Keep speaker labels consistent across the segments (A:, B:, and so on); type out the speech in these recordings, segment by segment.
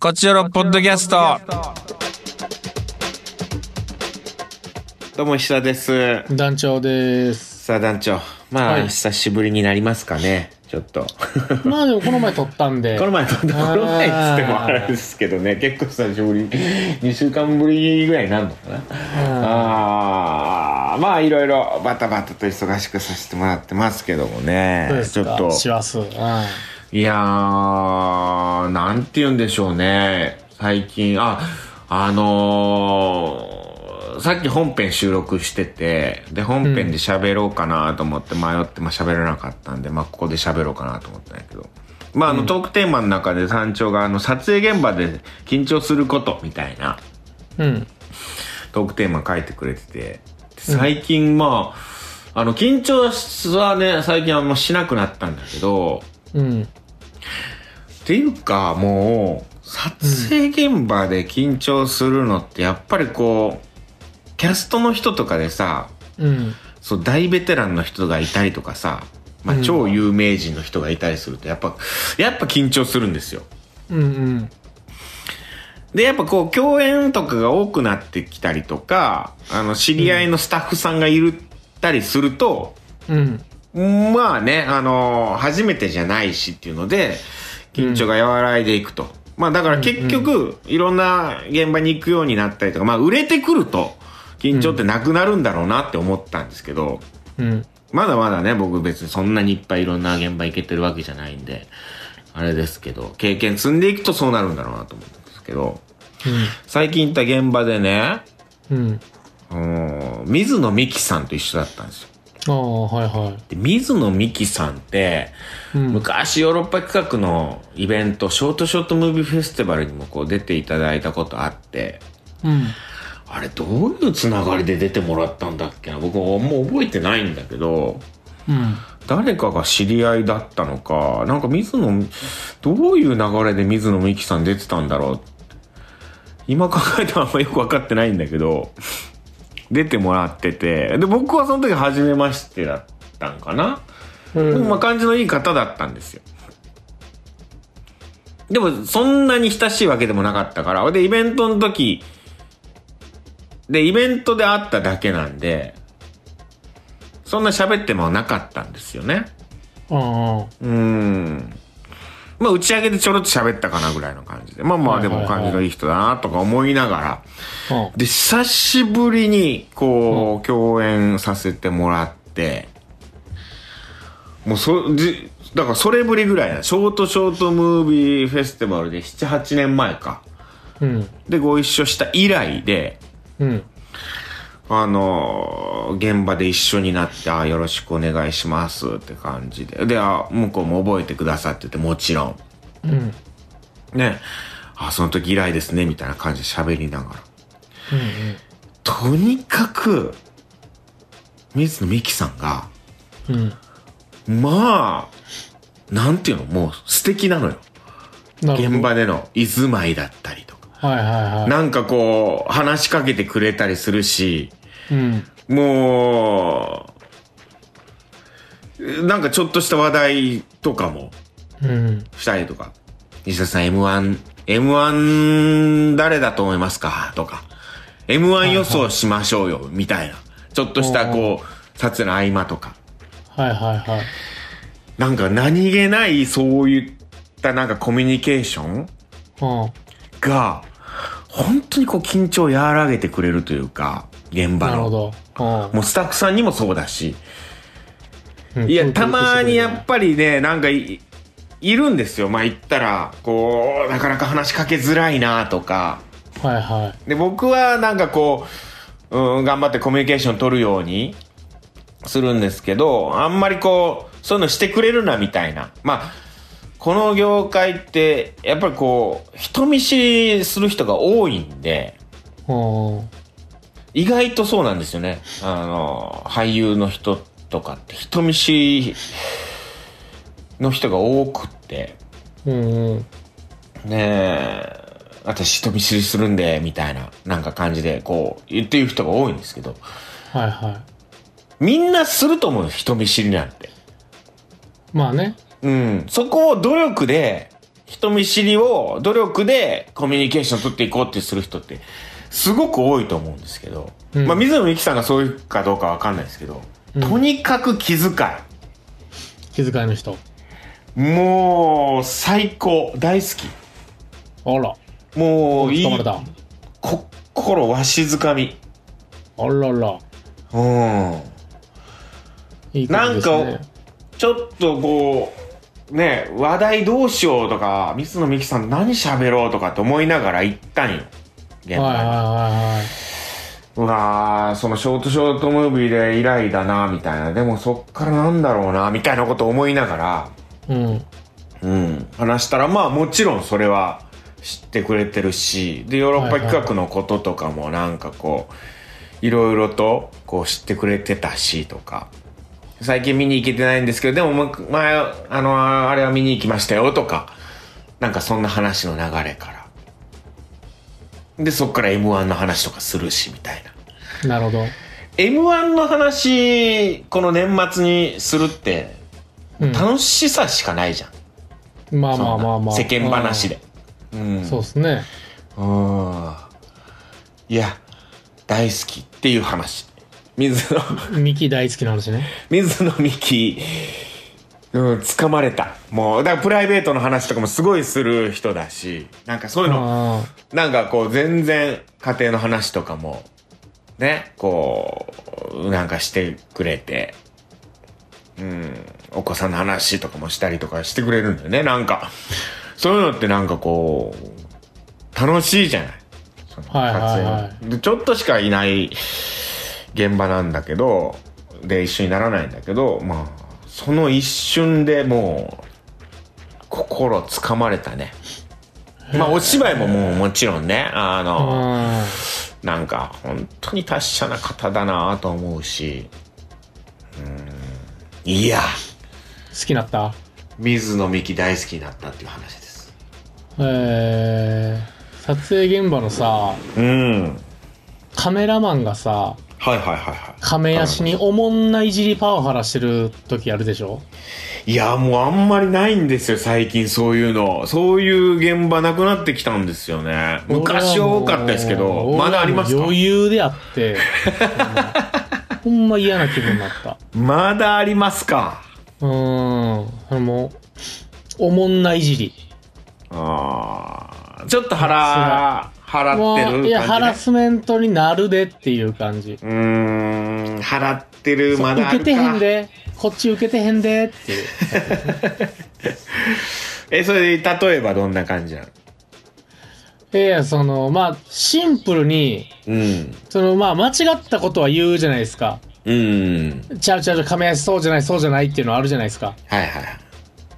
A: こちらのポッドキャスト。
B: どうも石田です。
C: 団長です。
B: さあ団長、まあ、
C: はい
B: 久しぶりになりますかね。ちょっと。
C: まあでもこの前撮ったんで。
B: この前とこの前っつってもあれですけどね、結構久しぶり、2週間ぶりぐらいになるのかな。あーまあいろいろバタバタと忙しくさせてもらってますけどもね
C: そうで。す
B: ちょっ
C: か。
B: と。
C: します。うん。
B: いやー、なんて言うんでしょうね。最近、あ、あのー、さっき本編収録してて、で、本編で喋ろうかなと思って迷って、まあ喋れなかったんで、まあここで喋ろうかなと思ったんだけど。まああのトークテーマの中で山頂があの撮影現場で緊張することみたいな
C: うん。
B: トークテーマ書いてくれてて、で最近まあ、あの緊張はね、最近あんましなくなったんだけど、
C: うん。
B: っていうかもう撮影現場で緊張するのってやっぱりこうキャストの人とかでさ
C: うん。
B: そう大ベテランの人がいたりとかさ、まあ、
C: うん
B: 超有名人の人がいたりするとやっぱやっぱ緊張するんですよ。
C: うん。うん。
B: でやっぱこう共演とかが多くなってきたりとかあの知り合いのスタッフさんがいるったりすると、
C: うん。
B: まあね、あのー初めてじゃないしっていうので、緊張が和らいでいくと。まあだから結局、いろんな現場に行くようになったりとか、まあ売れてくると、緊張ってなくなるんだろうなって思ったんですけど、
C: うん。
B: まだまだね、僕別にそんなにいっぱいいろんな現場行けてるわけじゃないんで、あれですけど、経験積んでいくとそうなるんだろうなと思うんですけど、最近行った現場でね、
C: うん。
B: うん水野美紀さんと一緒だったんですよ。
C: ああ、はいは
B: で水野美紀さんって、
C: い。うん。
B: 昔ヨーロッパ企画のイベントショートショートムービーフェスティバルにもこう出ていただいたことあって
C: うん。
B: あれどういうつながりで出てもらったんだっけな僕ももう覚えてないんだけど
C: うん。
B: 誰かが知り合いだったのかなんか水野どういう流れで水野美紀さん出てたんだろう今考えてもあんまよく分かってないんだけど出てもらっててで僕はその時初めましてだったんかな
C: うん。
B: まあ感じのいい方だったんですよ。でも、そんなに親しいわけでもなかったから。で、イベントの時、で、イベントで会っただけなんで、そんな喋ってもなかったんですよね。
C: あ
B: うーん。まあ、打ち上げでちょろっと喋ったかなぐらいの感じで。まあまあ、でも感じのいい人だなとか思いながら。
C: あ。ああ。
B: で、久しぶりに、こう、共演させてもらって、もうそ、じだからそれぶりぐらいな、ショートショートムービーフェスティバルで7、8年前か。
C: うん。
B: で、ご一緒した以来で、
C: うん。
B: あのー現場で一緒になって、あよろしくお願いしますって感じで。で、あ向こうも覚えてくださってて、もちろん。
C: うん。
B: ね。あその時以来ですね、みたいな感じで喋りながら。とにかく、水野美紀さんが、
C: うん。うん。
B: まあ、なんていうの、もう素敵なのよ。
C: なるほ
B: 現
C: ど。
B: 場での居住まいだったりとか。
C: はいはいは
B: なんかこう、話しかけてくれたりするし、
C: い。うん。
B: もう、なんかちょっとした話題とかも
C: うん。
B: したりとか。西田さん M1、M1 誰だと思いますかとか。M1 予想しましょうよ、みたいな。ちょっとしたこう、撮影の合間とか。
C: はいはいはい。
B: なんか何気ないそういったなんかコミュニケーション
C: うん。
B: が、本当にこう緊張を和らげてくれるというか、現場
C: なるほ
B: の。
C: ど。う
B: もうスタッフさんにもそうだし。
C: ん。
B: いや、たまにやっぱりね、なんかい、いるんですよ。まあ、行ったら、こう、なかなか話しかけづらいなとか。
C: ぱ。はいは
B: で、僕はなんかこう、うん、頑張ってコミュニケーション取るようにするんですけど、あんまりこう、そういうのしてくれるなみたいな。まあ、この業界って、やっぱりこう、人見知りする人が多いんで、
C: い。うん。
B: 意外とそうなんですよね。あの、俳優の人とかって人見知りの人が多くって、
C: うんうん。
B: ねえ、私人見知りするんで、みたいな、なんか感じで、こう、言ってる人が多いんですけど、
C: はいは
B: みんなすると思うよ人見知りなんて。
C: い。まあね。
B: うん。そこを努力で、人見知りを努力でコミュニケーション取っていこうってする人って、すごく多いと思うんですけど、
C: うん
B: まあ、水野美紀さんがそういうかどうかわかんないですけど、
C: うん
B: とにかく気遣
C: 気遣いの人。
B: い。もう、最高。大好き。
C: あら。
B: もう、いい
C: 捕まれた。
B: こ心わしづかみ。
C: あらら。
B: うん。
C: いい感じですね。
B: なんかちょっとこう、ね、話題どうしようとか、水野美紀さん何喋ろうとかって思いながら行ったんよ。現場に
C: はいはいは
B: うわー、そのショートショートムービーで以来だな、みたいな。でもそっからなんだろうな、みたいなこと思いながら、
C: いはい。うん。
B: うん、話したら、まあもちろんそれは知ってくれてるし、で、ヨーロッパ企画のこととかもなんかこう、いろいろとこう知ってくれてたしとか、最近見に行けてないんですけど、でももう前、あの、あれは見に行きましたよとか、なんかそんな話の流れから。で、そっから M1 の話とかするし、みたいな。
C: なるほど。
B: M1 の話、この年末にするって、
C: うん
B: 楽しさしかないじゃん。
C: まあまあまあまあ。
B: 世間話で。うん。
C: うん。そうですね。
B: うんいや、大好きっていう話。水野、
C: ミキ大好きな話ね。
B: 水野美紀、うん、掴まれた。もう、だからプライベートの話とかもすごいする人だし、なんかそういうの、
C: あ
B: なんかこう全然家庭の話とかも、ね、こう、なんかしてくれて、うん、お子さんの話とかもしたりとかしてくれるんだよね、なんか。そういうのってなんかこう、楽しいじゃない。その
C: はいはいはい
B: 撮影でちょっとしかいない現場なんだけど、で一緒にならないんだけど、まあ、その一瞬でもう、心つかまれたね。まあ、お芝居ももうもちろんね、あ
C: あ。う
B: の、
C: ん。
B: なんか、本当に達者な方だなと思うし、うん、いや、
C: 好きになった
B: 水野美紀大好きになったっていう話です。
C: えー、撮影現場のさ、
B: うん。はい
C: カメラマンがさ、
B: はいはいは
C: 亀足におもんないじりパワハラしてる時あるでしょ
B: い。いや、もうあんまりないんですよ、最近そういうの。そういう現場なくなってきたんですよね。昔は多かったですけ
C: 俺は
B: ど
C: も、う
B: まだありますか
C: 俺はもう余裕であ って、ほんま嫌な気分になった。
B: まだありますか
C: うーん、あのもう、おもんないじり。
B: あーちょっと腹、払
C: も
B: ってる感じ、
C: う、
B: ね。
C: いや、ハラスメントになるでっていう感じ。
B: うーん、払ってる、まだあるか。
C: 受けてへん。で、こっち受けてへんでっていう。
B: え、それで、例えばどんな感じなの
C: い やいや、その、まあ、シンプルに、
B: うん。
C: その、まあ、間違ったことは言うじゃないですか。
B: うん。
C: ちゃうちゃうちゃう、亀足そうじゃない、そうじゃないっていうのあるじゃないですか。
B: はいはい。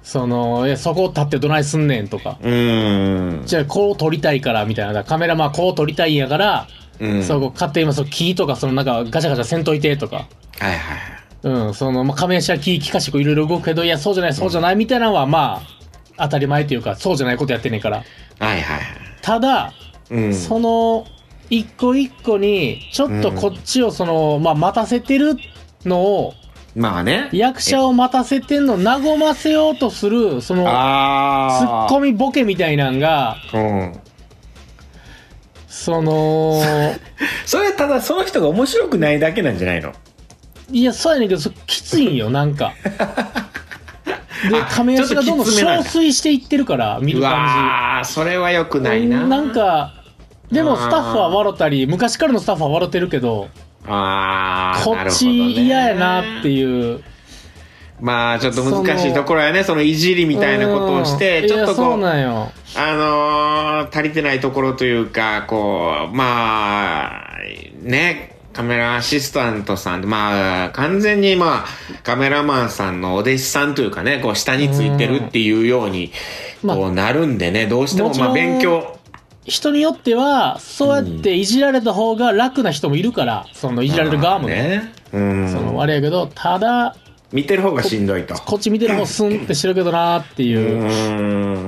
C: その、いや、そこを立ってどないすんねんとか。
B: うーん。
C: じゃあ、こう撮りたいから、みたいな。だからカメラマンこう撮りたいんやから、
B: うん。
C: そう、こう買って今、その木とか、そのなんか、ガチャガチャせんといて、とか。
B: はいはいはい。
C: うん、その、まあ、亀足は木、木かしくいろいろ動くけど、いや、そうじゃない、そうじゃない、みたいなのは、まあ、当たり前というか、そうじゃないことやってんねんから。
B: はいはいはい。
C: ただ、
B: うん。
C: その一個一個にちょっとこっちをその、まあ待たせてるのを
B: まあね。
C: 役者を待たせてんのを和ませようとするそのツ
B: あ
C: ッ
B: あ。
C: コミボケみたいなんが
B: うん。
C: その
B: それただその人が面白くないだけなんじゃないの
C: いやそうやねんけどそきついんよな んか。で
B: あ
C: 亀足がどんどん
B: ちょっときつめなん
C: 憔
B: だ
C: 悴していってるから見
B: う
C: る感
B: わー、それは良く
C: じ
B: ないな。
C: なん。かでも
B: あー
C: スタッフは笑ったり昔からのスタッフは笑ってるけど
B: ああ。
C: こっち嫌やなって
B: う。
C: いう。
B: まあちょっと難しいところやね、そのいじりみたいなことをして、
C: うん
B: ちょっとこ
C: いやそう
B: う、
C: なんよ
B: あのー、足りてないところというか、こう、まあ、ね、カメラアシスタントさん、まあ、完全にまあ、カメラマンさんのお弟子さんというかね、こう、下についてるっていうように、
C: うん
B: こう、なるんでね、どうしても
C: もち
B: ま
C: ろん
B: あ、勉強。
C: 人によってはそうやっていじられた方が楽な人もいるから、そのいじられる側もね
B: ね。う
C: そ
B: ん。
C: のあれやけどただ
B: 見てる方がしんどいと。
C: こっち見てる方スンってしてるけどなーって
B: う
C: いう
B: ー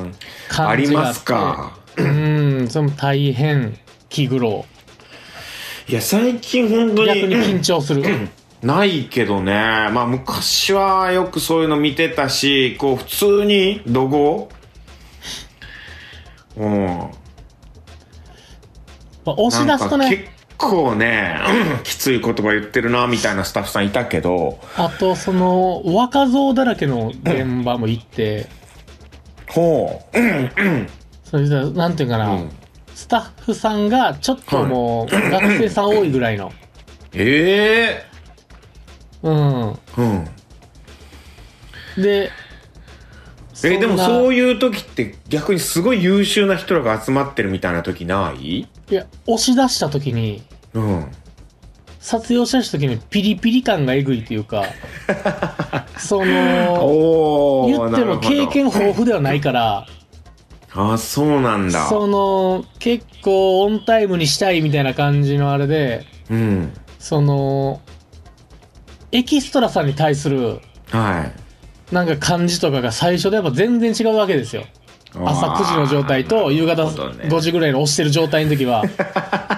B: ん。あ
C: 感
B: り
C: じがあ
B: ま
C: っ
B: す
C: て
B: か。
C: うんそれも大変気苦労
B: いや、最近本当に。
C: 逆に緊張する
B: ないけどね。まあ昔はよくそういうの見てたし、こう普通に怒号うん。
C: まあ、押し出すと
B: なんか
C: ね、
B: 結構ね、うんきつい言葉言ってるな、みたいなスタッフさんいたけど、
C: あと、その、若造だらけの現場も行って、
B: ほう。
C: それでなんていうかな、
B: うん
C: スタッフさんがちょっともう、学生さん多いぐらいの、
B: え
C: うん。
B: えうん。
C: で、
B: え、でもそう
C: い
B: いう時って逆にすごい優秀な人らが集まってるみたいな時ない
C: いや、押し出した時に、
B: うん。
C: 撮影をした時にピリピリ感がえぐいというか、その、
B: お
C: 言
B: ー、
C: っ
B: な
C: て
B: るほ
C: も
B: ど
C: 経験豊富ではないから、
B: あ、そうなんだ。
C: その、結構オンタイムにしたいみたいな感じのあれで、
B: うん。
C: その、エキストラさんに対する、
B: はい。
C: なんか感じとかが最初でやっぱ全然違うわけですよ。朝9時の状態と夕
B: な
C: 方
B: るほどね
C: 5時ぐらいの押してる状態の 時は、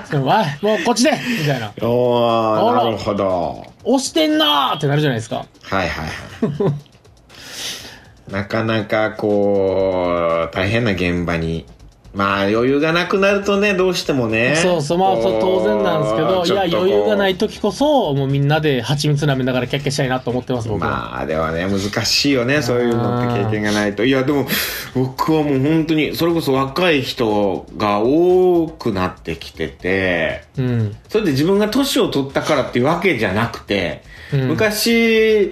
C: そのわいもうこっちでみたいな。
B: あー。お
C: あら
B: ー、なるほど。
C: 押してんなーってなるじゃないですか。
B: はいはいはい。 なかなかこう、大変な現場に。まあ余裕がなくなるとね、どうしてもね。
C: そうそう、まあそう当然なんですけ
B: こ
C: ど、
B: う
C: い
B: ちょ
C: や
B: っとこう
C: 余裕がない時こそ、もうみんなで蜂蜜舐めながらキャッキャしたいなと思ってます、僕は。
B: まあではね難しいよねそういうのって経験がないといやでも僕はもう本当にそれこそ若い人が多くなってきてて
C: うん。
B: それで自分が年を取ったからっていうわけじゃなくて、
C: うん
B: 昔、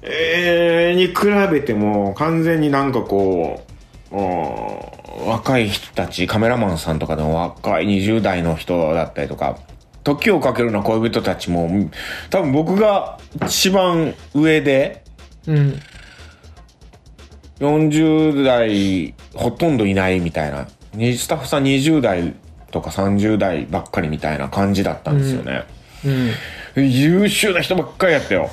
B: えーに比べても完全になんかこううん若い人たちカメラマンさんとかでも若い20代の人だったりとか時をかけるな恋人たちもうん多分僕が一番上で
C: うん。
B: 40代ほとんどいないみたいなにスタッフさん20代とか30代ばっかりみたいな感じだったんですよね。
C: うん。
B: 優秀な人ばっかりやったよ。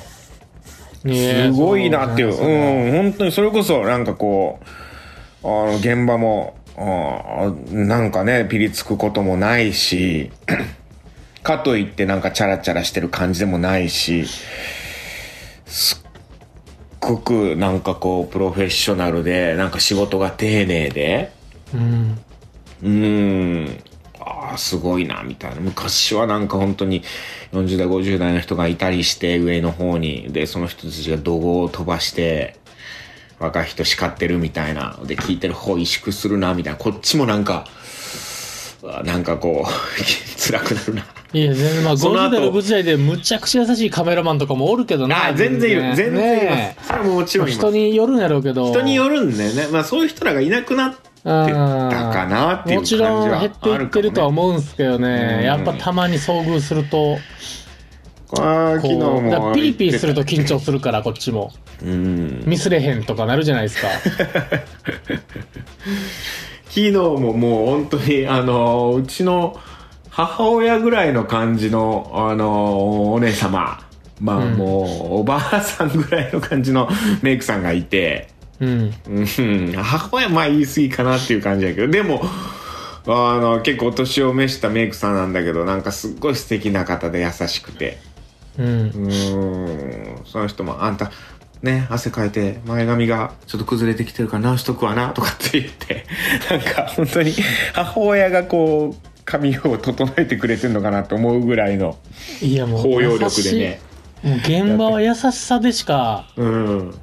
C: ねえ
B: すごいなっていう。
C: そなんです
B: う
C: よ
B: ん、本当にそれこそなんかこう、あの、現場も、あーなんかね、ピリつくこともないし、 かといってなんかチャラチャラしてる感じでもないし、すっごくなんかこう、プロフェッショナルで、なんか仕事が丁寧で、
C: うん。
B: うーん。ああ、すごいな、みたいな。昔はなんか本当に40代、50代の人がいたりして、上の方に。で、その人たちが怒号を飛ばして、若い人叱ってるみたいな。で、聞いてる方萎縮するな、みたいな。こっちもなんか、あなんかこう、 辛くなるな。
C: いや、全然、まあ、
B: その
C: 50
B: 後
C: 代、60代でむちゃくちゃ優しいカメラマンとかもおるけどな。
B: あ全然いる。全然います。
C: ね
B: それはもちろん
C: え
B: います
C: 人によるんやろうけど。
B: 人によるんだよね。まあそういう人らがいなくなって
C: う
B: た
C: ん
B: かなっていう
C: も
B: 感じ
C: ち
B: はあるかも、ね。
C: ろん減っていってるとは思うんですけどね、
B: うん
C: やっぱたまに遭遇すると、
B: ああ、昨
C: こ
B: 日
C: うだか
B: も。
C: らピリピリすると緊張するから、こっちも、
B: うん。
C: ミスれへんとかなるじゃないですか、
B: 昨日ももう本当にあのうちの母親ぐらいの感じのあのお姉様まあ
C: うん
B: もう、おばあさんぐらいの感じのメイクさんがいて、
C: うん、
B: うん、母親まあ言い過ぎかなっていう感じだけどでもあの結構お年を召したメイクさんなんだけどなんかすっごい素敵な方で優しくて
C: うん、
B: うーんその人も「あんたね汗かいて前髪がちょっと崩れてきてるから直しとくわな」とかって言ってなんか本当に母親がこう髪を整えてくれてるのかなと思うぐらいの
C: いやもう、
B: 包容力でね
C: 優しい、もう現場は優しさでしか、
B: うん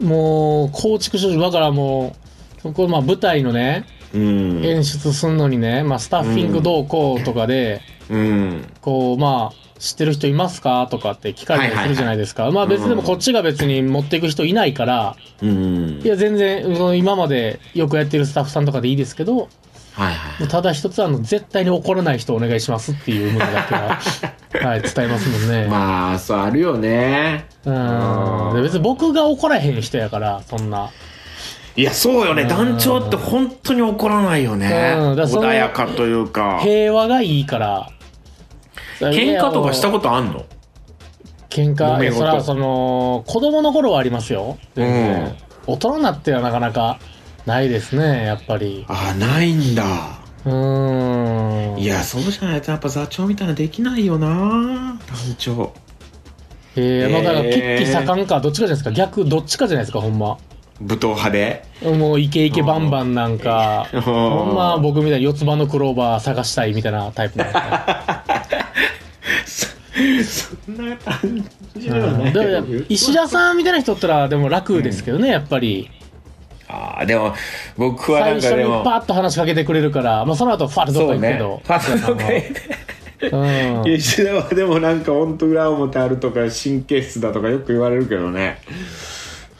C: もう構築してる、だからもう、そこ、まあ、舞台のね、
B: うん
C: 演出すんのにね、まあ、スタッフィングどうこうとかで、
B: うん
C: こう、まあ、知ってる人いますかとかって聞かれたりするじゃないですか、まあ別にでもこっちが別に持っていく人いないから、
B: うん
C: いや、全然、その今までよくやってるスタッフさんとかでいいですけど、も
B: はいは
C: うただ一つ、あの、絶対に怒らない人お願いしますっていう旨だけ は、はい、伝えますもんね。
B: いまあそうあるよね
C: うん。で別に僕が怒らへん人やから、そんな。
B: いやそうよね
C: うん
B: 団長って本当に怒らないよね
C: うんだからその
B: 穏やかというか
C: 平和がいいから。
B: 喧嘩とかしたことあんの揉
C: 喧嘩、い
B: め
C: や
B: 事
C: そら、その、子供の頃はありますよ。全然
B: うん
C: 大人になってはなかなかないですね、やっぱり。
B: あないんだ
C: うん。
B: いや、そうじゃないとやっぱ座長みたいなのできないよな団長。
C: えー、まあだから、
B: えー
C: 血気盛んか、どっちかじゃないですか。逆、どっちかじゃないですか、ほんま。
B: 武闘派で
C: もうイケイケバンバンなんか、
B: うん
C: ほんま僕みたいに四つ葉のクローバー探したいみたいなタイプなんですね
B: そんな感じでは
C: う
B: なん いけ
C: だから
B: ど
C: 石田さんみたいな人ったらでも楽ですけどね、やっぱり
B: ああでも僕はなんか
C: 最初に
B: でも
C: パッと話しかけてくれるから、まあ、その後ファルと
B: そ
C: か
B: う
C: 行くけ
B: ね
C: ど、
B: ファースト会で
C: うん
B: 吉田はでもなんか本当裏表あるとか神経質だとかよく言われるけどね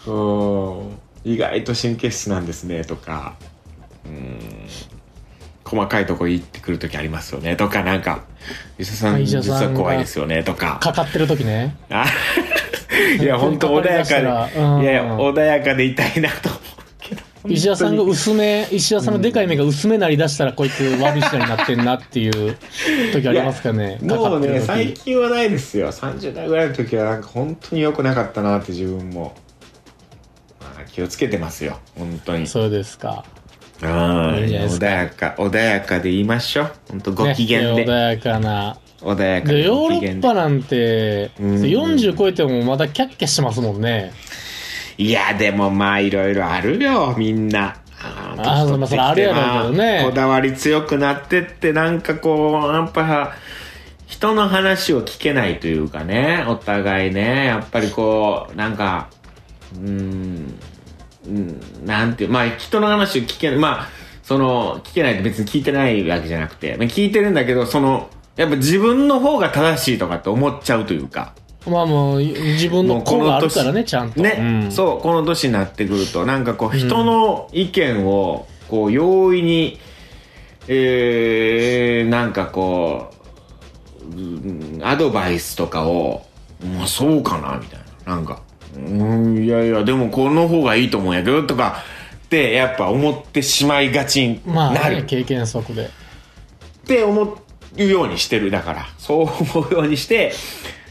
B: うん意外と神経質なんですねとかうん細かいとこ行ってくる時ありますよねとかなんか吉田さん
C: 会社
B: 実
C: さん
B: は
C: が
B: 怖いですよねとか
C: かかってる時ね
B: あ いや本当穏やかで、
C: うん
B: いやいや穏やかでいたいなと思うけど
C: 石田さんが薄め石田さんのでかい目が薄めなりだしたら、こいつ悪い人になってんなっていう時ありますかねか
B: も
C: か
B: う
C: ってる
B: ね
C: 時
B: 最近はないですよ30代ぐらいの時はなんか本当に良くなかったなって自分も、まあ、気をつけてますよ本当に
C: そうですか
B: ああ
C: いいんじゃないです
B: 穏やか穏やかで言いましょう本当ご機嫌
C: ね
B: で、
C: 穏やかな
B: 穏やか
C: で
B: で
C: ヨー
B: ご
C: ロ
B: 機嫌
C: ッ
B: で
C: パなんて
B: うん
C: 40超えてもまだキャッキャしてますもんね
B: いやでもまあいろいろあるよみんなあー
C: あーまあそれあるやろうけどね
B: まあこだわり強くなってってなんかこうやっぱ人の話を聞けないというかねお互いねやっぱりこうなんかうーんうんなんていうまあ人の話を聞けないまあその聞けないって別に聞いてないわけじゃなくてまあ聞いてるんだけどそのやっぱ自分の方が正しいとかって思っちゃうというか
C: まあもう自分の子があるからねちゃんと
B: ね、
C: うん
B: そうこの年になってくるとなんかこう人の意見をこう容易に、えー、なんかこううんアドバイスとかを「まあ、そうかな」みたいななんか「うんいやいやでもこの方がいいと思うんやけど」とかってやっぱ思ってしまいがちに
C: まあ、
B: なる
C: ね、経験則で
B: って思うようにしてるだからそう思うようにして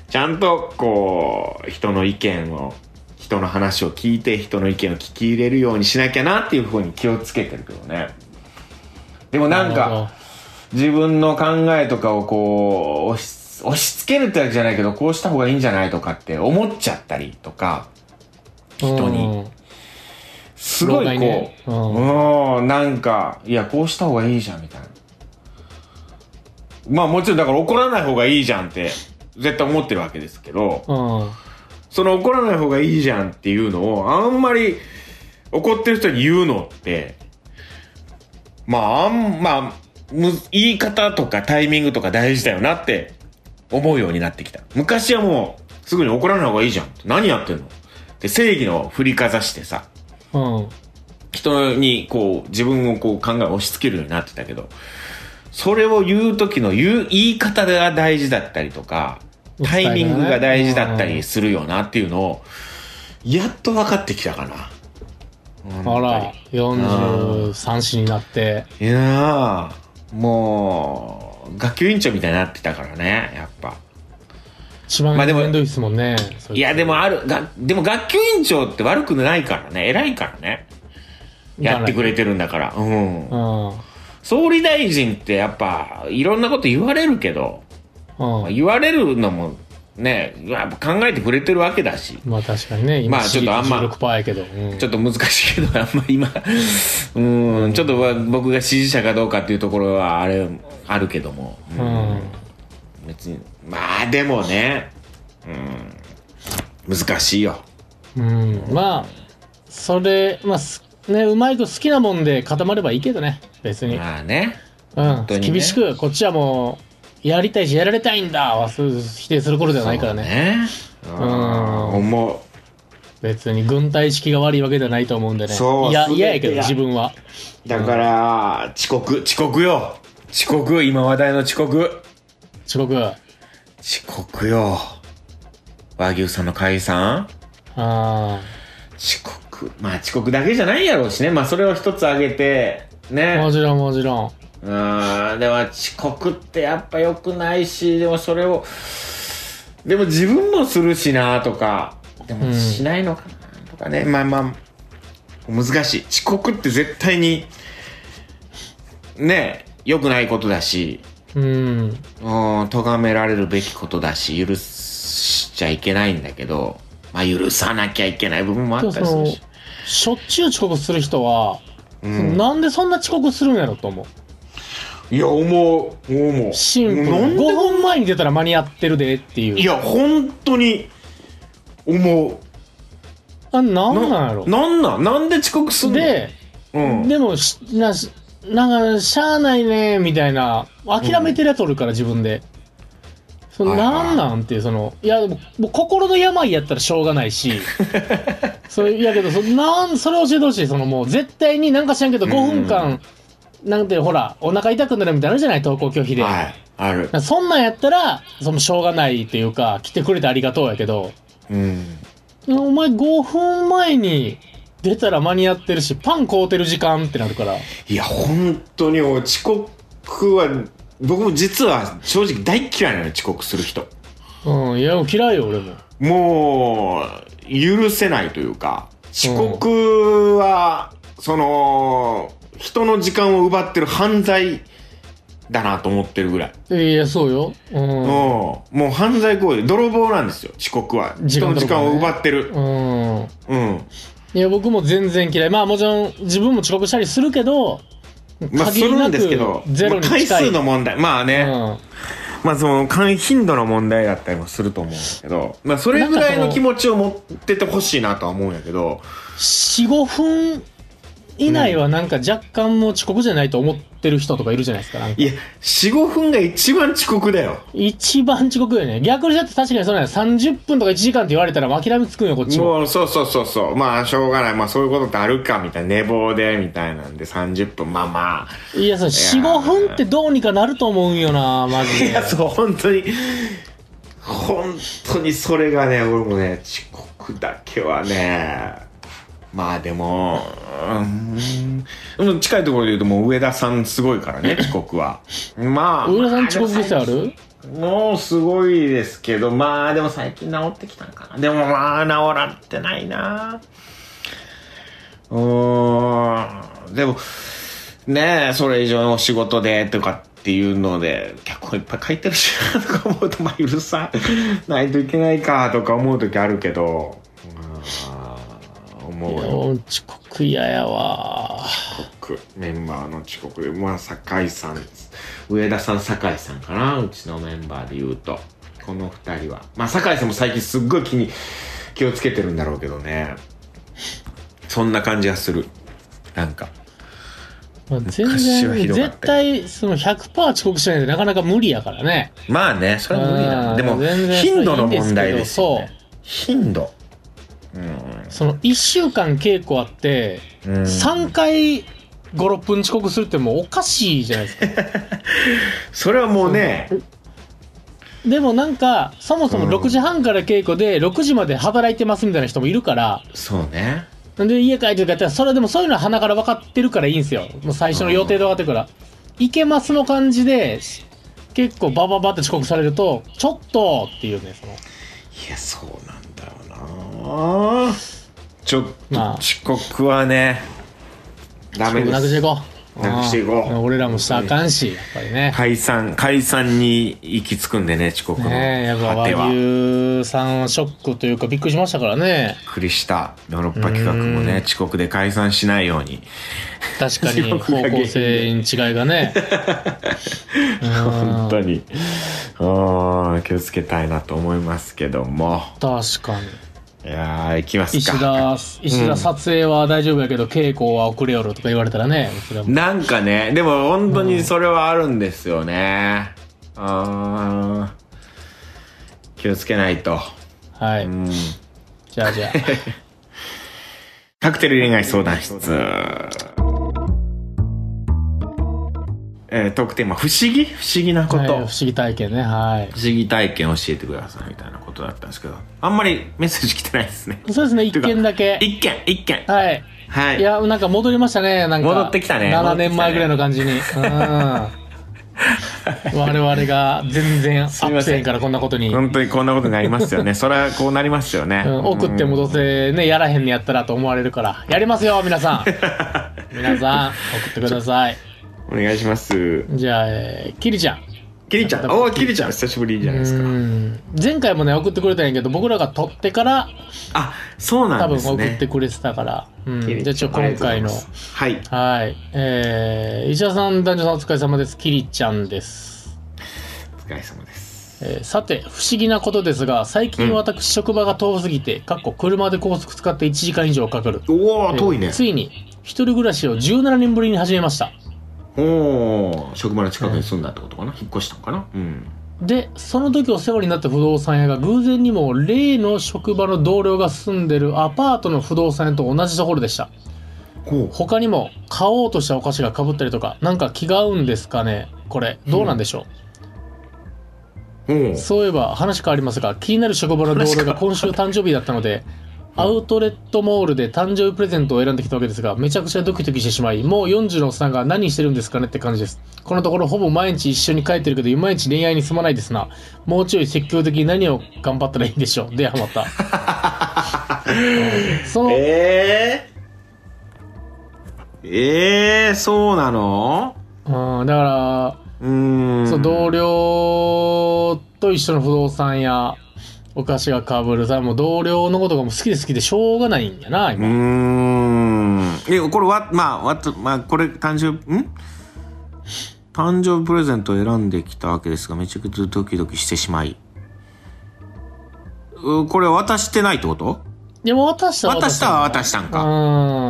B: ちゃんとこう人の意見を人の話を聞いて人の意見を聞き入れるようにしなきゃなっていうふうに気をつけてるけどねでもなん
C: るほ
B: か自分の考えとかをこう押し押し付けるってわけじゃないけどこうした方がいいんじゃないとかって思っちゃったりとか
C: ど
B: 人に
C: うん
B: すごいこう、
C: 老害ね
B: う
C: う
B: ん、なんか、いや、こうした方がいいじゃん、みたいな。まあもちろん、だから怒らない方がいいじゃんって、絶対思ってるわけですけど、
C: うん
B: その怒らない方がいいじゃんっていうのを、あんまり怒ってる人に言うのって、まあ、あん、まあ、む言い方とかタイミングとか大事だよなって思うようになってきた。昔はもう、すぐに怒らない方がいいじゃんって。何やってんのって正義の振りかざしてさ、
C: うん
B: 人にこう自分をこう考えを押し付けるようになってたけど、それを言う時の言う言い方が大事だったりとか、タイミングが大事だったりするよなっていうのを、やっと分かってきたかな。
C: あら43子になって
B: いやー、もう、学級委員長みたいになってたからね、やっぱ。
C: 一番
B: まあでも
C: 面倒いですもんね、
B: いや、でもある、が、でも学級委員長って悪くないからね、偉いからね。やってくれてるんだから。うん
C: う。んうん
B: 総理大臣ってやっぱいろんなこと言われるけど、まあ言われるのもねやっぱ考えてくれてるわけだし
C: まあ確かにね今
B: まあちょっとあんま
C: 16%やけど、うん
B: ちょっと難しいけど あんま今うんちょっとわ僕が支持者かどうかっていうところはあれあるけども、う
C: うんん
B: 別にまあでもね、うん、難しいよ
C: うん、まあそれまあすねうまいと好きなもんで固まればいいけどね別に、
B: まあね
C: うん
B: 当にね
C: 厳しくこっちはもうやりたいしやられたいんだはそう否定する頃じゃないからね
B: そうね
C: ん
B: うん思う
C: 別に軍隊意識が悪いわけじゃないと思うんでね
B: そう
C: いや
B: 全て
C: 嫌やけど
B: が
C: 自分は
B: だから遅刻遅刻よ遅刻今話題の遅刻
C: 遅刻あ
B: 遅刻よ。和牛さんの解散
C: あ
B: 遅刻。まあ遅刻だけじゃないやろうしね。まあそれを一つ挙げて、
C: も
B: ね。
C: ちろんもちろん
B: うん。でも遅刻ってやっぱ良くないし、でもそれを、でも自分もするしなとか、で
C: う
B: も
C: ん
B: しないのかなとかね。まあまあ、難しい。遅刻って絶対に、ね、良くないことだし、
C: うん
B: うん、咎められるべきことだし、許しちゃいけないんだけど、まあ許さなきゃいけない部分もあ
C: そ
B: っ
C: う
B: たりす
C: そ
B: る
C: う
B: し。
C: しょっちゅう遅刻する人は、なんでそんな遅刻するんやろと思う。
B: いや思う思う
C: シンプル。
B: なん
C: 5
B: でこん
C: 分前に出たら間に合ってるでっていう。
B: いや本当に思
C: あ、な
B: うん
C: なんやろ。
B: なんなんなんで遅刻すんの
C: で、
B: うん、
C: でもし、な、しなんか、しゃあないね、みたいな、諦めてるやつおるから、自分で。その
B: はいはい
C: なんなんっていう、その、いや、でももう心の病やったらしょうがないし、 それ、いやけど、そなん、それ教えてほしい、そのもう、絶対になんか知らんけど、5分間、なんて、ほら、お腹痛くなるみたいなのあるじゃない、登校拒否で。
B: はいある
C: そんなんやったら、その、しょうがないっていうか、来てくれてありがとうやけど、
B: うん
C: お前5分前に出たら間に合ってるし、パン買うてる時間ってなるから。
B: いや本当に遅刻は僕も実は正直大っ嫌いなのよ遅刻する人
C: うん、いや、嫌いよ、俺も。
B: もう許せないというか遅刻は、その人の時間を奪ってる犯罪だなと思ってるぐらい、
C: いや、そうよ。うん。
B: う
C: うんん。
B: もう犯罪行為泥棒なんですよ遅刻は
C: 時
B: 人
C: 間
B: の時
C: 泥棒ね
B: 間を奪ってる、うん
C: いや、僕も全然嫌い。まあ、もちろん、自分も遅刻したりするけど、
B: まあす
C: 限り
B: る
C: なんく
B: ですけど
C: ゼロに
B: まあ回
C: 近い。
B: 数の問題まあね、まあその関頻度の問題だったりもすると思うんだけど、まあそれぐらいの気持ちを持っててほしいなとは思うんやけど、
C: うん。4、5分以内はなんか若干もう遅刻じゃないと思ってる人とかいるじゃないですか。なんか
B: いや、4、5分が一番遅刻だよ。
C: 一番遅刻よね。逆にだって確かにそうなんや30分とか1時間って言われたら諦めつくんよ、こっちも。
B: もう、そうそうそうそう。まあ、しょうがない。まあ、そういうことってあるか、みたいな。寝坊で、みたいなんで、30分、まあま
C: いや、その4、5分ってどうにかなると思うんよな、マジ
B: あ。
C: で。
B: いや、そう、本当に、本当にそれがね、俺もね、遅刻だけはね、まあでも、うん、でも近いところで言うともう上田さんすごいからね、遅刻は。まあ。
C: 上田さん遅刻癖ある
B: もうすごいですけど、まあでも最近治ってきたんかな。でもまあ治らってないな。うーん。でも、ねえ、それ以上のお仕事でとかっていうので、結構いっぱい書いてるしなとか思うと、まあ許さないといけないかとか思う時あるけど、うん思うよ。
C: 遅刻嫌やわ。
B: 遅刻メンバーの遅刻で、まあ酒井さんです上田さん酒井さんかなうちのメンバーで言うとこの二人はまあ酒井さんも最近すっごい気に気をつけてるんだろうけどねそんな感じがするなんか
C: まあ全
B: 昔はひ
C: 然、
B: どかったよ
C: 絶対、その100%遅刻しないでなかなか無理やからね。
B: まあねそれは無理
C: う
B: だ
C: ん
B: でも
C: 全然
B: 頻度の問題ですよ、
C: いいん
B: ね
C: で、
B: 頻度うん
C: その1週間稽古あって、
B: うん
C: 3回5、6分遅刻するってもうおかしいじゃないですか。
B: それはもうね
C: でもなんか、そもそも
B: うん
C: 6時半から稽古で6時まで働いてますみたいな人もいるから、
B: そうね
C: なんで家帰ってるかやったら、それでもそういうのは鼻から分かってるからいいんですよ。もう最初の予定で分かってるから。いけますの感じで、結構バババって遅刻されると、ちょっとっていうね、その。
B: いやそうなんだよなちょっ
C: ま
B: と
C: あ
B: 遅刻はね、ダメで
C: なくしてい
B: す
C: こう。
B: なくしていこう
C: うん俺らもしたらあかんし、やっぱりね。
B: 解散解散に行き着くんでね遅刻の果
C: ねえ、やっぱ
B: て
C: 和
B: はびっ
C: 牛さんはショックというかびっくりしましたからね。
B: くりしたヨーロッパ企画も
C: う
B: ね遅刻で解散しないように
C: 確 かに
B: よ
C: 方
B: くや
C: 向性に違いがね。
B: 本当にうん気をつけたいなと思いますけども
C: 確かに。
B: いやー行きます
C: 石
B: か
C: 田、石田撮影は大丈夫やけど、稽古は遅れよるとか言われたらね、それはもう
B: なんかねでも本当にそれはあるんですよねうん気をつけないと
C: はい。
B: うん
C: じゃあじゃあ。
B: カクテル恋愛相談室。えー、トークテーマ、不思議不思議な こと、
C: はい不思議体験ね。はい。
B: 不思議体験教えてくださいみたいなことだったんですけど、あんまりメッセージ来てないですね。
C: そうですね、一件だけ。
B: 一件、一件。
C: はい。
B: はい。
C: いや、なんか戻りましたね、なんか。
B: 戻ってきたね
C: 7年前ぐらいの感じに。うん。 我々が全然ア
B: すい
C: ッ
B: ま
C: プ
B: せん
C: せんからこんなことに。うん
B: 本当にこんなことになりますよね。それはこうなりますよね。
C: 送ってもどうせね、やらへんにやったらと思われるから。やりますよ、皆 さん。皆さん、送ってください。
B: うんお願いします。
C: じゃあ、えー、キリちゃん。
B: キリンちゃん。おーキリンちゃん、久しぶりじゃないです
C: う
B: か。
C: ん前回もね送ってくれたんやけど僕らが撮ってから
B: あ、そうな
C: 多
B: んで
C: 分
B: す
C: 送
B: ね
C: って。くれてたから、うん、
B: キリン
C: じゃあちょ
B: ありが
C: 今
B: とうござ
C: 回
B: いま
C: の
B: すはい。
C: はいえー、石田さん男女さんお疲れ様ですキリちゃんです
B: お疲れ様です。
C: えーさて、不思議なことですが、最近私、職場が遠すぎて、かっこ車で高速使って1時間以上かかる。
B: おお遠い
C: え
B: ね
C: ー。ついに、一人暮らしを17年ぶりに始めました。
B: おお職場の近くに住んだってことかな。引っ越したのかな。うん。
C: で、その時お世話になった不動産屋が偶然にも、例の職場の同僚が住んでるアパートの不動産屋と同じところでした。
B: こ
C: 他にも、買おうとしたお菓子が被ったりとか、なんか気が合うんですかねこれ、どうなんでしょう、
B: う。おお
C: そういえば話変わりますが気になる職場の同僚が今週誕生日だったのでアウトレットモールで誕生日プレゼントを選んできたわけですがめちゃくちゃドキドキしてしまいもう40のおっさんが何してるんですかねって感じですこのところほぼ毎日一緒に帰ってるけどいまいち恋愛に進まないですなもうちょい積極的に何を頑張ったらいいんでしょうではまたうんその、
B: ええええそうなの
C: うんだから
B: うーん。
C: そう同僚と一緒の不動産やお菓子がかぶるさもう同僚のことがもう好きで好きでしょうがないんやな
B: うー
C: 今、
B: ん。え、これは、まあ、わつ、まあ、これ、誕生、ん誕生日プレゼントを選んできたわけですが、めちゃくちゃドキドキしてしまい。うこれ渡してないってこと
C: でも渡した
B: 渡したは渡したんか。
C: う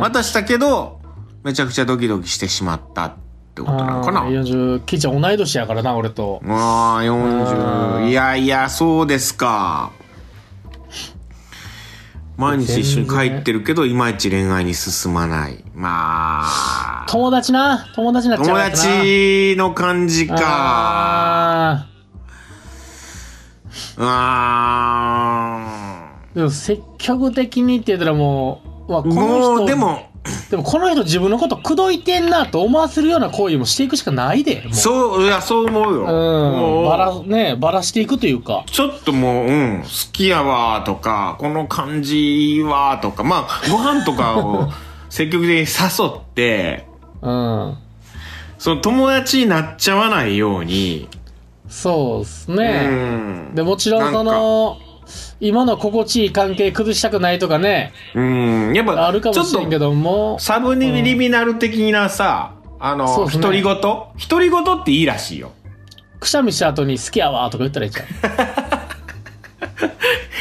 C: ん
B: 渡したけど、めちゃくちゃドキドキしてしまったってことなのかな
C: あー40キイちゃん同い年やからな俺と
B: ああ、
C: あ
B: 40。
C: ー
B: いやいや、そうですか。毎日一緒に帰ってるけど、いまいち恋愛に進まない。ま あ。
C: 友達な友達になっちゃ
B: 友
C: うやつな
B: 達の感じか。
C: あ
B: うー
C: ーでも積極的にって言ったらもううわこ
B: ん。
C: の
B: も
C: 人
B: う、でも、
C: でもこの人自分のこと口説いてんなと思わせるような行為もしていくしかないでもう
B: そう、いや、そう思うよ。
C: うん
B: もう
C: ばらねばらしていくというか
B: ちょっともう、うん、好きやわーとか、この感じいいわーとか、まあ、ご飯とかを積極的に誘って、
C: うん
B: その友達になっちゃわないように、
C: そうです
B: う
C: ね。
B: ん。
C: で、もちろんその、今の心地いい関係崩したくないとかね、
B: うん、やっぱ、
C: あるか
B: ちょ
C: も
B: っ
C: しれんけ
B: と、
C: ども、
B: サブリミナル的なさ、あ
C: そ
B: の、
C: うですね
B: 独り言独り言っていいらしいよ。
C: くしゃみした後に好きやわとか言ったらいいじゃん。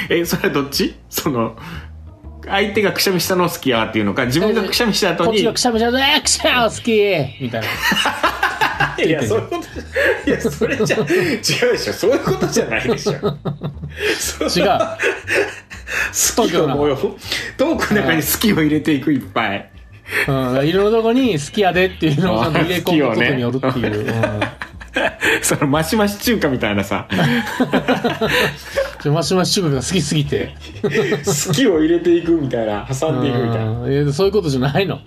B: え、それどっちその、相手がくしゃみしたの好きやっていうのか、自分がくしゃみした後
C: こっ
B: に。
C: ちがくしゃみした後、えーくしゃー好きみたいな。
B: いや、そういうことじゃ、いや、それじゃ、違うでしょ。そういうことじゃないでしょ。そう
C: 違 う。
B: 好きをもう、トークの中に好きを入れていく、いっぱい。
C: うん。いろんなとこに好きやでっていうのをちゃんと入れ込むことによるって
B: 好き
C: いう。うん。
B: その、マシマシ中華みたいなさ、
C: ちょマシュマシュが好きすぎて。
B: 好きを入れていくみたいな、挟んでいくみたいな。
C: うんいやそういうことじゃないの。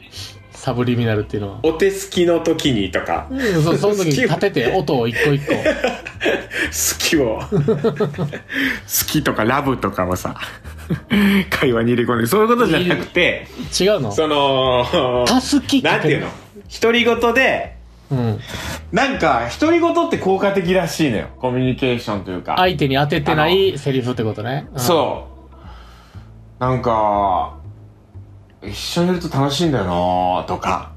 C: サブリミナルっていうのは。
B: お手すきの時にとか、好
C: うんそその時に立てて音を一個一個。
B: きを、 好きとかラブとかをさ、会話に入れ込んで、そういうことじゃなくて、
C: 違うの
B: その、
C: たすき
B: なんていうの独り言で、
C: うん。
B: なんか、独り言って効果的らしいのよ。コミュニケーションというか。
C: 相手に当ててないセリフってことね。
B: そう。なんか、一緒にいると楽しいんだよなーとか。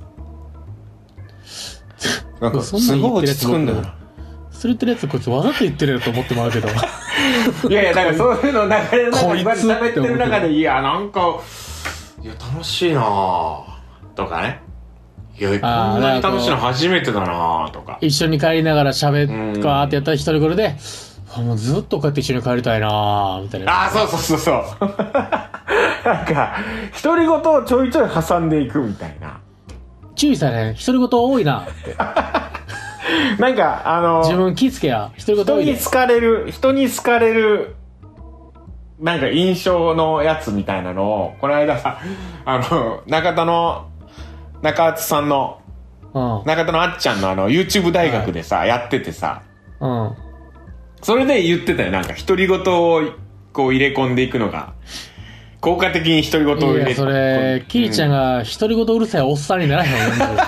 B: なんか、
C: そんな
B: す
C: ん言
B: ご
C: っ
B: い落
C: てるや
B: ち
C: つ
B: 着くんだよ
C: 僕
B: な。
C: うん。それってるやつこいつわざと言ってるやろと思ってもら うけど。
B: いやいや、なんかそういうの流れの中
C: こ
B: で、
C: いつ
B: 今喋ってる中
C: って思うけ
B: で、いや、なんか、いや、楽しいなーとかね。いや、こんなに楽しいの初めてだなーとか。
C: 一緒に帰りながら喋
B: う
C: っ
B: ん
C: かーってやったら一人これで、あもうずっとこうやって一緒に帰りたいなーみたいな。
B: ああ、そうそうそうそう。 なんか、独り言をちょいちょい挟んでいくみたいな。
C: 注意されへん。独り言多いなって。
B: なんか、あの、
C: 自分気ぃつけや。独り言多
B: 人
C: い
B: に
C: で。
B: 好かれる、人に好かれる、なんか印象のやつみたいなのを、この間、あの、中田の、中津さんの、
C: うん。
B: 中田のあっちゃんのあの、YouTube 大学でさ、やっててさ、
C: うん。
B: それで言ってたよ。なんか、独り言を、こう入れ込んでいくのが、効果的に独り言を入
C: い
B: れ
C: や、それ、キリちゃんが独り言うるさいおっさんにならへんわ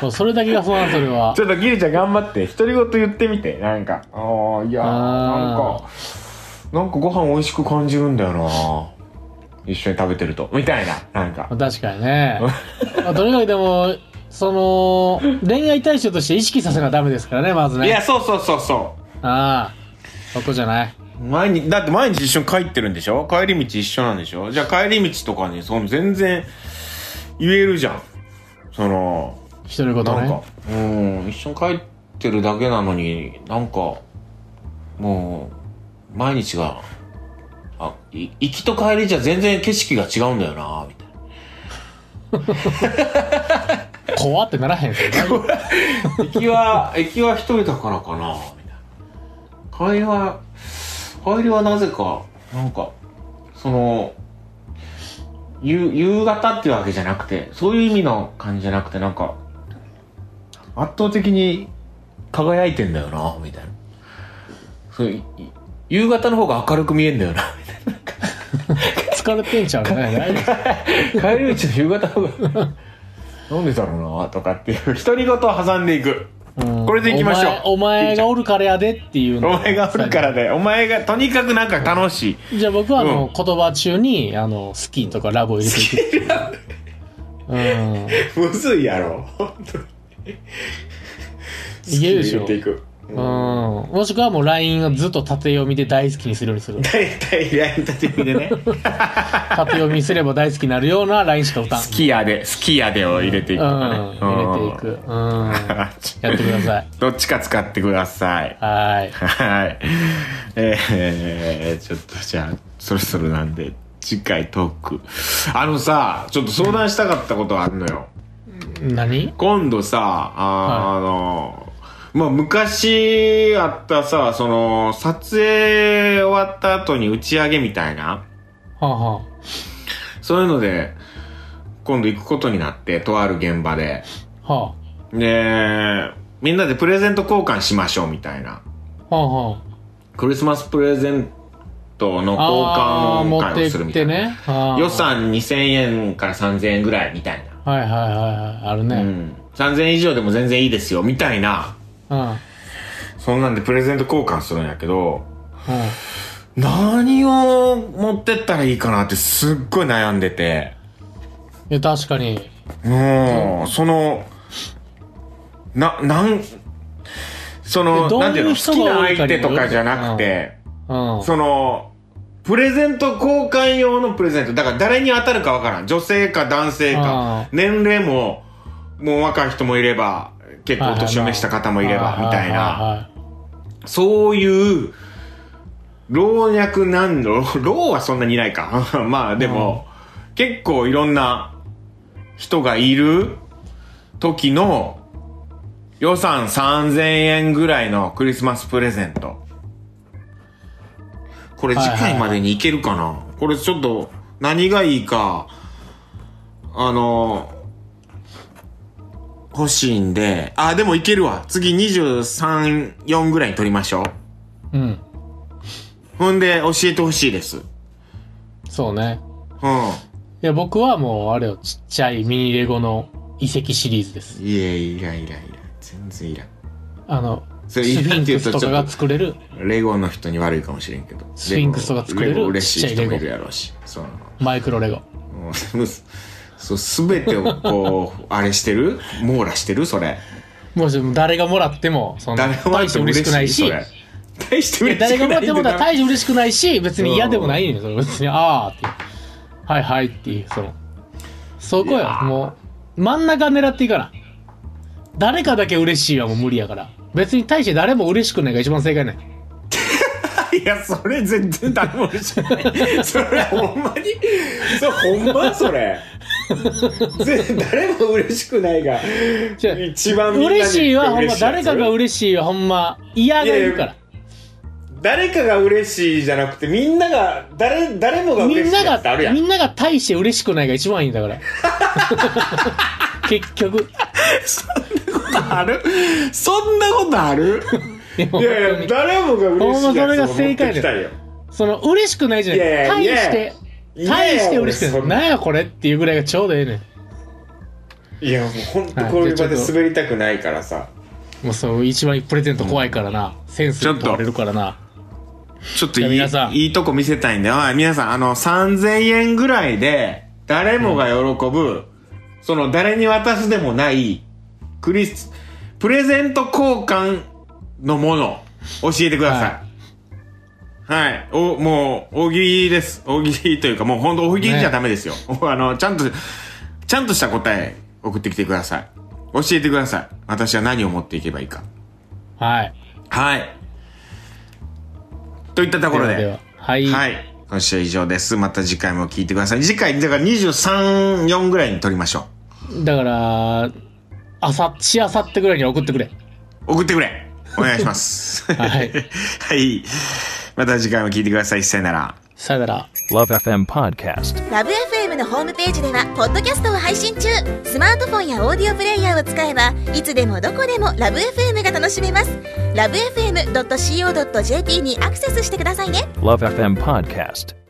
C: そうそれだけが不安、それは
B: ち。ょっとギリちゃん頑張って独り言言ってみてなんかああいやーなん
C: あ
B: かなんかご飯美味しく感じるんだよな一緒に食べてるとみたいななんか
C: まあ確かにね。まあとにかくでも、その、恋愛対象として意識させなダメですからね、まず
B: い
C: ね。
B: やそうそうそうそ
C: ああ、そこじゃない。
B: う毎日だって毎日一緒に帰ってるんでしょ帰り道一緒なんでしょじゃあ帰り道とかにその全然言えるじゃんその
C: 独り言
B: なん
C: ね
B: か。うん一緒に帰ってるだけなのになんかもう毎日があい行きと帰りじゃ全然景色が違うんだよなみたい
C: 怖ってならへんすよ。
B: な行きは行きは一人だからかなみたいな帰りは帰りはなぜかなんかその夕夕方っていうわけじゃなくてそういう意味の感じじゃなくてなんか圧倒的に輝いてんだよなみたいなそういい夕方の方が明るく見えんだよなみ
C: 疲れてんちゃうか ね。大丈夫
B: たいな帰り道の夕方の方がなんでだろうなとかっていう独り言を挟んでいく
C: うん
B: これでいきましょう
C: お前お前がおるからやでってい う
B: お
C: の
B: 前がおるからでお前がとにかくなんか楽しい
C: じゃあ僕はあの、
B: うん
C: 言葉中にあのスキーとかラブを入れていくっていうう
B: む
C: ん
B: ずいやろ本当に
C: いけるでしょ
B: 好きに言っていく
C: うん、もしくはもう LINE をずっと縦読みで大好きにするようにす る
B: 大体ライン立ち見でね
C: 縦読みすれば大好きになるような LINE しか打たん
B: スキヤでスキヤでを入れていくとかね、
C: うん、入れていくうんや
B: うん
C: ってください
B: どっちか使ってください
C: はい
B: はいえー、ちょっとじゃあそろそろなんで次回トークあのさちょっと相談したかったことあるのよ
C: 何
B: 今度さあー、あのまあ昔あったさその撮影終わった後に打ち上げみたいな
C: はあは
B: そういうので今度行くことになってとある現場で
C: あは
B: でみんなでプレゼント交換しましょうみたいな
C: あはあは
B: クリスマスプレゼントの
C: ああー
B: 交
C: 持
B: 換
C: って
B: 会をする
C: っ
B: みた
C: て
B: いな、
C: ねあー
B: 予算2000円から3000円ぐらいみたいな、
C: はいはいはいはいある
B: う
C: ね
B: ん、3000円以上でも全然いいですよみたいな
C: うん、うん
B: そんなんでプレゼント交換するんやけど何を持ってったらいいかなってすっごい悩んでて
C: いや確かに
B: もうそのななんその
C: えどういう
B: なんていうの好
C: 人
B: き
C: が
B: な
C: 多いか
B: 相
C: によ
B: 手
C: る
B: とかじゃなくて、
C: うん
B: その、プレゼント交換用のプレゼント。だから誰に当たるかわからん。女性か男性か
C: あ。
B: 年齢も、もう若い人もいれば、結構年を召した方もいれば、みたいな。
C: な。
B: そういう、老若男女、 老はそんなにいないか。 まあでも、結構いろんな人がいる時の予算3000円ぐらいのクリスマスプレゼント。これ次回までにいけるかな、これちょっと何がいいか、あの、欲しいんで、あ、でもいけるわ。次23、4ぐらいに取りましょう。
C: うん。
B: ほんで教えてほしいです。うん。
C: そうね。いや、僕はもう、あれよ、ちっちゃいミニレゴの遺跡シリーズです。
B: いや、いらんいらんいらん。全然いらん。
C: あの、
B: そ
C: ス
B: れ
C: フィン
B: いい
C: ク
B: やつ
C: ス
B: をちょ
C: と
B: っと
C: かが作れる。
B: レゴの人に悪いかもしれんけど。
C: スフィンクスとか作れる
B: レゴ嬉しい
C: ちっち
B: 人
C: ゃいレ
B: も
C: ゴ
B: いるやろうし。そうなの。
C: マイクロレゴ。
B: もうそう、すべてをこう、あれしてる網羅してるそれ。
C: もう、誰がもらっても、そんな
B: 誰がもらっても嬉しい
C: 大して
B: そ
C: 嬉しくな
B: れ
C: いし。。
B: 大して
C: いや
B: 嬉し
C: 誰
B: く
C: がも
B: な
C: らっ
B: い
C: てもだから
B: い
C: 大して嬉しくないし、別に嫌でもないねそれ別に、あーっていう。はいはいっていう、その。そこ
B: いや
C: よ、
B: ー
C: もう、真ん中狙っていかな。誰かだけ嬉しいはもう無理やから。別に対して誰も嬉しくないが一番正解ない。
B: いや、それ全然誰も嬉しくない。それほんまに、それほんまそれ。ぜ誰も嬉しくないが、
C: じゃあ
B: 一番みんなに
C: 嬉しいはほんま
B: 嬉しいやつ
C: 誰かが嬉しいはほんま嫌がいるから
B: 誰かが嬉しいじゃなくて、みんなが、誰、誰もが
C: み
B: 嬉
C: ん
B: しい
C: な
B: やつってある
C: が
B: やん
C: み。んなが大して嬉しくないが一番いいんだ から結局
B: あるそんなことある
C: いや
B: いやいや、誰もが嬉しいやつを
C: ほんまそれが正
B: 持っ
C: 解
B: てきたいよ。
C: その嬉しくないじゃない
B: いやいや
C: 大して
B: いや
C: 大して嬉しく
B: いやいや俺そ
C: なんい
B: な
C: なんやこれっていうぐらいがちょうどええねん
B: いやもう本当こういう場で滑りたくないからさ、
C: もうそう、一番プレゼント怖いからな。センス
B: ちょっと
C: 問われるからな。
B: ちょっと
C: じゃあ
B: い
C: 皆さん
B: いいいとこ見せたいんで、はい皆さん、あの、3000円ぐらいで、誰もが喜ぶ、その、誰に渡すでもない、クリス、プレゼント交換のもの、教えてください。はい、お、もう、大喜利です。大喜利というか、もう本当大喜利じゃダメですよ。あの、ちゃんと、ちゃんとした答え送ってきてください。教えてください。私は何を持っていけばいいか。
C: はい。
B: はい。といったところで。
C: では、はい。
B: はい。今週は以上です。また次回も聞いてください。次回、だから23、4ぐらいに撮りましょ
C: だから、あさ、しあさってぐらいには送ってくれ。
B: う。送ってくれお願いします。
C: はい。
B: はい。また次回も聞いてください。さよなら。
C: さよなら。
A: Love FM Podcast.
D: ラブ f m のホームページではポッドキャストを配信中スマートフォンやオーディオプレイヤーを使えばいつでもどこでもラブ f m が楽しめますラブ FM.co.jp にアクセスしてくださいね
A: Love FM Podcast.